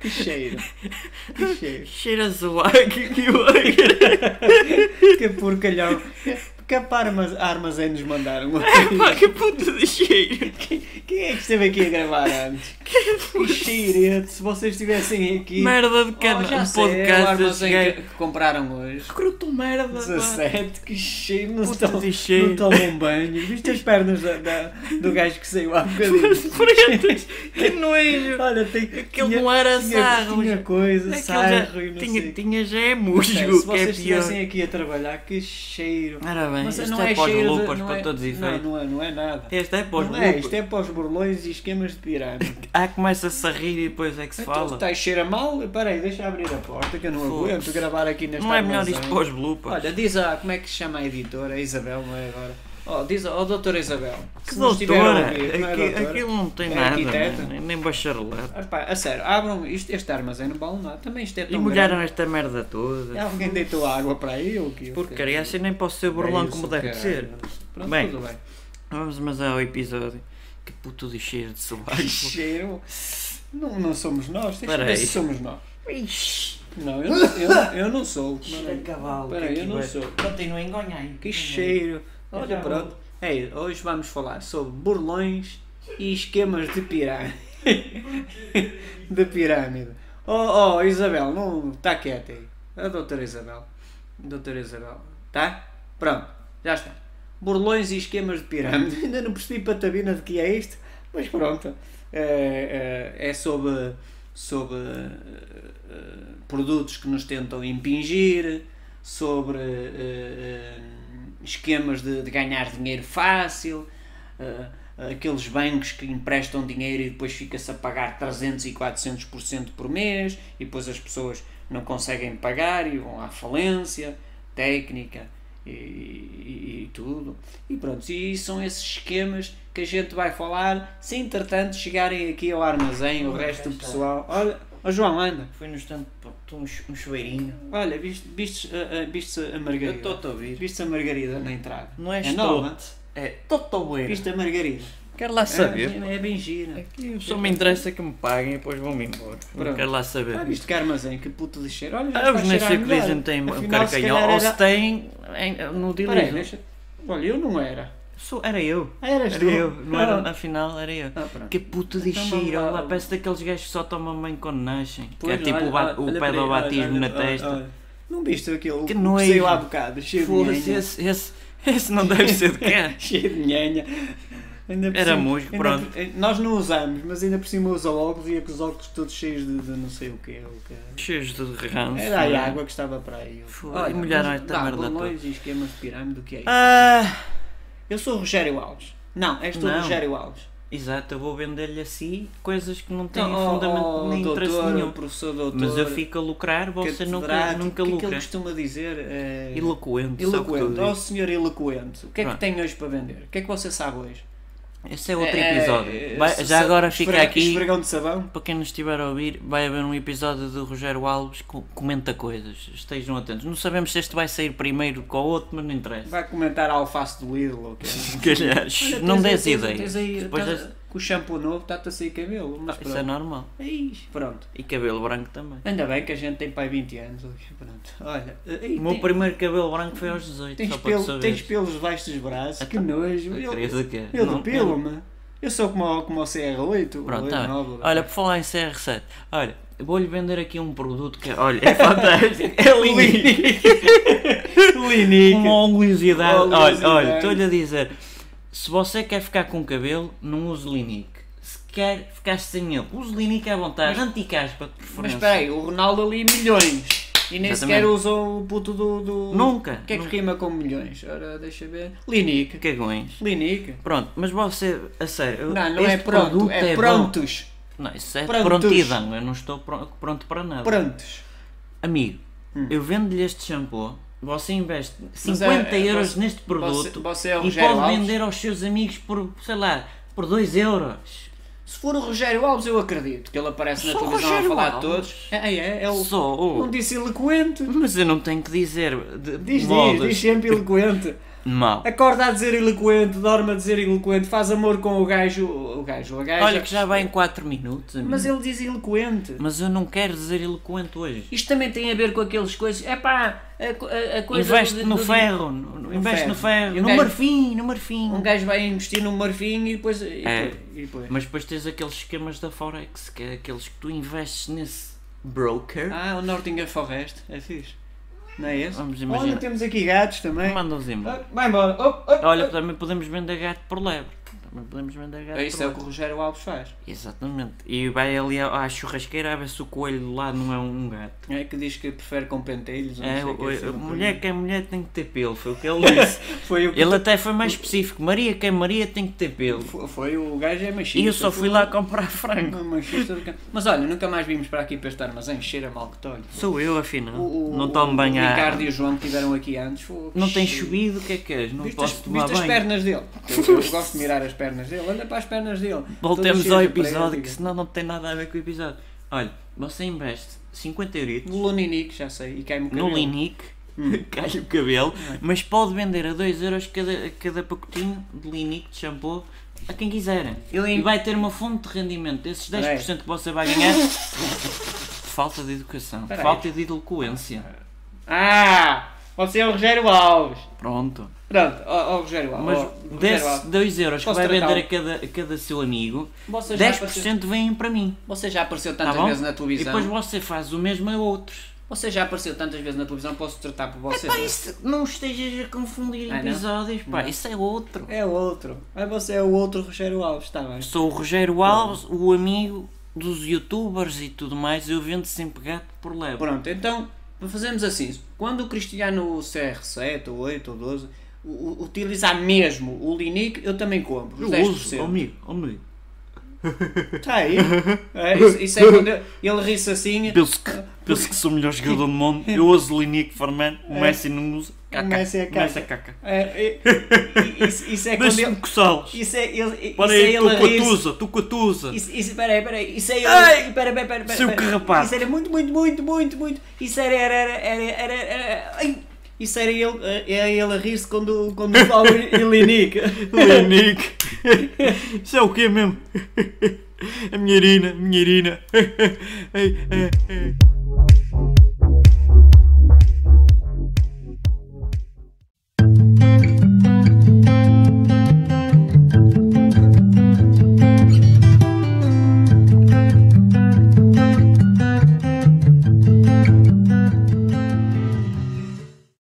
Que cheiro. Que cheiro. Cheira a zoar que, que bem. Que porcalhão. Que parmas, armazém nos mandaram. Pá, que puta de cheiro. Quem é que esteve aqui a gravar antes? Que Que puta- cheirete. Se vocês estivessem aqui... merda de Oh, cana. já um sei, é o podcast assim desses armazém que, gajos. que compraram hoje. Escroto um merda. pá. 17, que cheio, não Puta estão, de cheiro. não estão bom banho. Viste as pernas da, da- do gajo que saiu há bocadinho? As pretas. Que nojo. Olha, tem, Aquele tinha, não era tinha, sarro. Tinha coisa, Aquele já- sarro e não tinha, sei. tinha já é Bem, se musgo, que vocês é pior. estivessem aqui a trabalhar, que cheiro. Ora bem, Mas isto não é, é para os cheiro de- lupas, não para é- todos os Não, efeitos. não é, não é nada. Este é para os Não é, lupas. isto é para os burlões e esquemas de pirâmide. Ah, começa-se a rir e depois é que se Então, fala. está a cheira mal? Peraí, deixa eu abrir a porta que eu não Foda-se. aguento gravar aqui nesta Não é melhor armazém. isto para os bloopers? Olha, diz a como é que se chama a editora? A Isabel, não é agora? Ó, diz a, ó, doutora Isabel. que se nos tiver a doutora! ouvir, não é Aqui- doutora? aquilo não tem É nada, arquiteta? mano, nem bacharelado. Ah, pá, a sério, abram isto, este armazém não vale nada. Também isto é E tão molharam esta merda toda. grande. Alguém deitou água para aí ou o quê? Porcaria, assim nem posso ser É burlão isso, como deve caralho. ser. Pronto, Bem. tudo bem. Vamos mas ao episódio. Que puto de cheiro de Que sovaco. cheiro. Tipo, Não, não somos nós, tens que Peraí. ver se somos nós. Ixi, Não, eu, não- eu, eu não sou. cheiro de cavalo. Espera aí, que eu aqui não vai- sou. Continua a engonhar aí. Que Engonha aí. cheiro. Eu Olha, já vou. pronto. Ei, hoje vamos falar sobre burlões e esquemas de pirâmide. de pirâmide. Oh, oh, Isabel, não está quieta aí. A doutora Isabel. Doutora Isabel. Tá? Pronto, já está. Burlões e esquemas de pirâmide. Ainda não percebi patabina de que é isto, mas pronto. É, é, é sobre, sobre eh, eh, produtos que nos tentam impingir, sobre eh, eh, esquemas de, de ganhar dinheiro fácil, eh, aqueles bancos que emprestam dinheiro e depois fica-se a pagar 300 e 400% por mês e depois as pessoas não conseguem pagar e vão à falência técnica e, e- e tudo. E pronto, e são esses esquemas que a gente vai falar se entretanto chegarem aqui ao armazém o Ora, resto do cá está. pessoal. Olha, ó João, anda. Foi no instante, pô, tô um, chu- um chuveirinho. Olha, viste, viste, a, a- viste a Margarida? Eu estou-te a ouvir. Viste a Margarida na entrada? Não és é nova? todo. É totoeiro. Viste a Margarida? Quero lá saber. É, é bem gira. Só me interessa que me paguem e depois vão-me embora. Não Pronto. quero lá saber. Ah, viste que armazém, que puto de cheiro. Olha, já Ah, está a os nem cheirar sei que melhor. dizem que têm um Afinal, se carcanhão. calhar Ou era- se têm em- no Peraí, dilema. deixa... Olha, eu não era. Era eu. Ah, eras Era tu? eu. Não era, Ah, afinal, era eu. ah, pronto. Que é puto de Então, cheiro, vamos lá, lá, vamos. parece daqueles gajos que só tomam banho quando nascem. Que é Pois, tipo olha, o, ba- o olha, pé do olha, batismo olha, na olha, testa. olha. Não viste aquele Que que, nojo. saiu há bocado, cheio de Foda-se, nhanha. esse, esse, esse não deve ser de cá. Cheio de nhanha. Ainda por Era cima- musgo, ainda pronto. por- eh, Nós não usamos, mas ainda por cima usa óculos e é com os óculos todos cheios de, de não sei o que. O que Cheios de ranço. Era aí a água que estava para aí. Foda, e molharam mas esta dá merda balões e esquemas de pirâmide, o que é isso? Ah, Eu sou o Rogério Alves. Não, és tu o Não. Rogério Alves. exato, eu vou vender-lhe assim coisas que não têm Então, ó, fundamento ó, nem doutor, interesse nenhum. professor doutor. Mas eu fico a lucrar, você nunca, catedrático, nunca O que é que lucra. ele costuma dizer? É... Eloquente, sabe o que eu Eloquente. digo. Ó, senhor eloquente. O que é que Pronto. tem hoje para vender? O que é que você sabe hoje? Esse é outro É, episódio. é, Vai- se- já se- agora fica esfrega- aqui. Esfregão de sabão? Para quem nos estiver a ouvir, vai haver um episódio do Rogério Alves que comenta coisas. Estejam atentos. Não sabemos se este vai sair primeiro com o outro, mas não interessa. Vai comentar a alface do Lidl ou o que é? Se calhar. Olha, não tens aí- des tens- ideias. tens aí- Depois tás- das- Com o shampoo novo está-te a sair cabelo. Mas Isso é pronto. normal. Ai, pronto. E cabelo branco também. Ainda bem que a gente tem pai 20 anos. ok, Pronto. Olha, ei, O meu tem- primeiro cabelo branco foi aos 18, tens, só para pelo, tu tens saberes. pelos debaixo dos braços, Ah, que Então, nojo. Eu Eu, queria dizer que- é. eu não- depilo-me. Eu sou como, o- como o CR8, Pronto, o tá bem. 9 Olha, por falar em CR7, olha, vou-lhe vender aqui um produto que, olha, é fantástico. É lindo. Linica. uma oleosidade. Oleosidade. Olha, olha, estou-lhe a dizer: se você quer ficar com cabelo, não use Linique. Se quer ficar sem ele, use Linique à vontade, anti-caspa, de Mas preferência. espera aí, o Ronaldo ali milhões. E nem Exatamente. sequer usou o puto do. do... Nunca, O que é que nunca. rima com milhões? Ora, deixa ver. Linica. é Cagões. Linica. Pronto, mas você, a sério, Não, não este é pronto, produto é, bom. prontos. Não, isso é Prontos. prontidão, eu não estou pro- pronto para nada. Prontos. Amigo, eu vendo-lhe este shampoo, você investe Hum. Mas 50 é- é, euros você- neste produto você é o e Rogério pode Alves? vender aos seus amigos por, sei lá, por 2 euros. Se for o Rogério Alves, eu acredito que ele aparece na Só o televisão Rogério a falar Alves? de todos. É, é, é o. Só o- Não disse eloquente. Mas eu não tenho que dizer Diz, É, de diz, modas. diz sempre eloquente. Mal. Acorda a dizer eloquente, dorme a dizer eloquente, faz amor com o gajo, o gajo, a gaja. Olha que já vai em 4 minutos, amigo. Mas ele diz eloquente. Mas eu não quero dizer eloquente hoje. Isto também tem a ver com aqueles coisas. É pá, a, co- a- a coisa. investe do- no do- ferro, no- no- investe ferro. no ferro, E um no gajo- marfim, no marfim. Um gajo vai investir num marfim e depois. E É. depois- e depois. Mas depois tens aqueles esquemas da Forex, que é aqueles que tu investes nesse broker. Ah, o Nortinga Forest, é fixe. Não é esse? Vamos Olha, imaginar. temos aqui gatos também. Manda-os Ah, embora. Vai embora. Oh, oh, Olha, também podemos vender gato por lebre. Também podemos vender gato oh. Isso por é o lebre. que o Rogério Alves faz. Exatamente. E vai ali à à churrasqueira a ver se o coelho do lado não é um gato. É que diz que prefere com pentelhos. ou não É, sei o que, o- assim, a uma mulher que é mulher tem que ter pelo, foi o que ele disse. coisa. Foi o que. ele até foi mais específico. Maria que é Maria tem que ter pelo. Foi, foi o gajo é machista. E eu só fui lá comprar frango. Uma machista do can- Mas olha, nunca mais vimos para aqui para este armazém, cheira mal que tolho. Sou eu, afinal. O- o- não tomo bem O a. Ricardo e o João que estiveram aqui antes. fogo. Não tem chovido, o que é que és? Não Viste, as, posso tomar viste as banho. pernas dele. Eu, eu gosto de mirar as pernas dele. Olha para as pernas dele. Todas Voltemos cheias ao de né? preto, episódio, que diga. senão não tem nada a ver com o episódio. Olha, você investe 50 euros No Luninique, já sei. E um cai-me o no cabelo. Linic, cai o cabelo, mas pode vender a 2 euros cada, cada pacotinho de Linic de shampoo a quem quiserem. Ele- E vai ter uma fonte de rendimento. Esses 10% que você vai ganhar. Falta de educação, Peraí. falta de eloquência. Ah! Você é o Rogério Alves. Pronto. Pronto, ó, ó, Rogério Alves. Mas ó, Rogério desses Alves. 2 euros que Posso vai vender a tratá-lo? cada, a cada seu amigo, Você já, apareceu, 10% vêm para mim. você já apareceu Tá tantas bom? vezes na E televisão. depois você faz o mesmo a outros. Você já apareceu tantas vezes na televisão, posso tratar por você. é? Pá, isso, não estejas a confundir Ah, não? episódios, pá, isso é outro. É outro. Ah, você é o outro Rogério Alves, está bem. Sou o Rogério Alves, o amigo dos youtubers e tudo mais, eu vendo sempre gato por lebre. Pronto, então fazemos assim. Quando o Cristiano CR7 ou 8 ou 12 u- u- utilizar mesmo o Linic, eu também compro. Os 10%. amigo, amigo. Está Tá aí. É, isso, isso é quando eu- ele ri-se assim. Penso que, penso que sou o melhor jogador do mundo, eu uso Linique Farman, o Messi não usa, É. O caca. Messi é O Messi é caca. É, é, isso, isso é quando Deixa-me ele. coçá-los. Isso é, ele, isso Para é aí, ele tu a com a rir-se. Tusa, tu com a Tusa. Isso, isso, peraí, peraí, isso é ele. peraí, Ai! peraí, peraí, peraí. Seu carrapato. Isso era muito, muito, muito, muito, muito. Isso era, era, era, era, era, era- ai. Isso era ele, era ele a rir-se quando, quando fala em Linic. Lenique. Isso é o quê mesmo? A minha Irina, a minha Irina. Ei, ei, ei.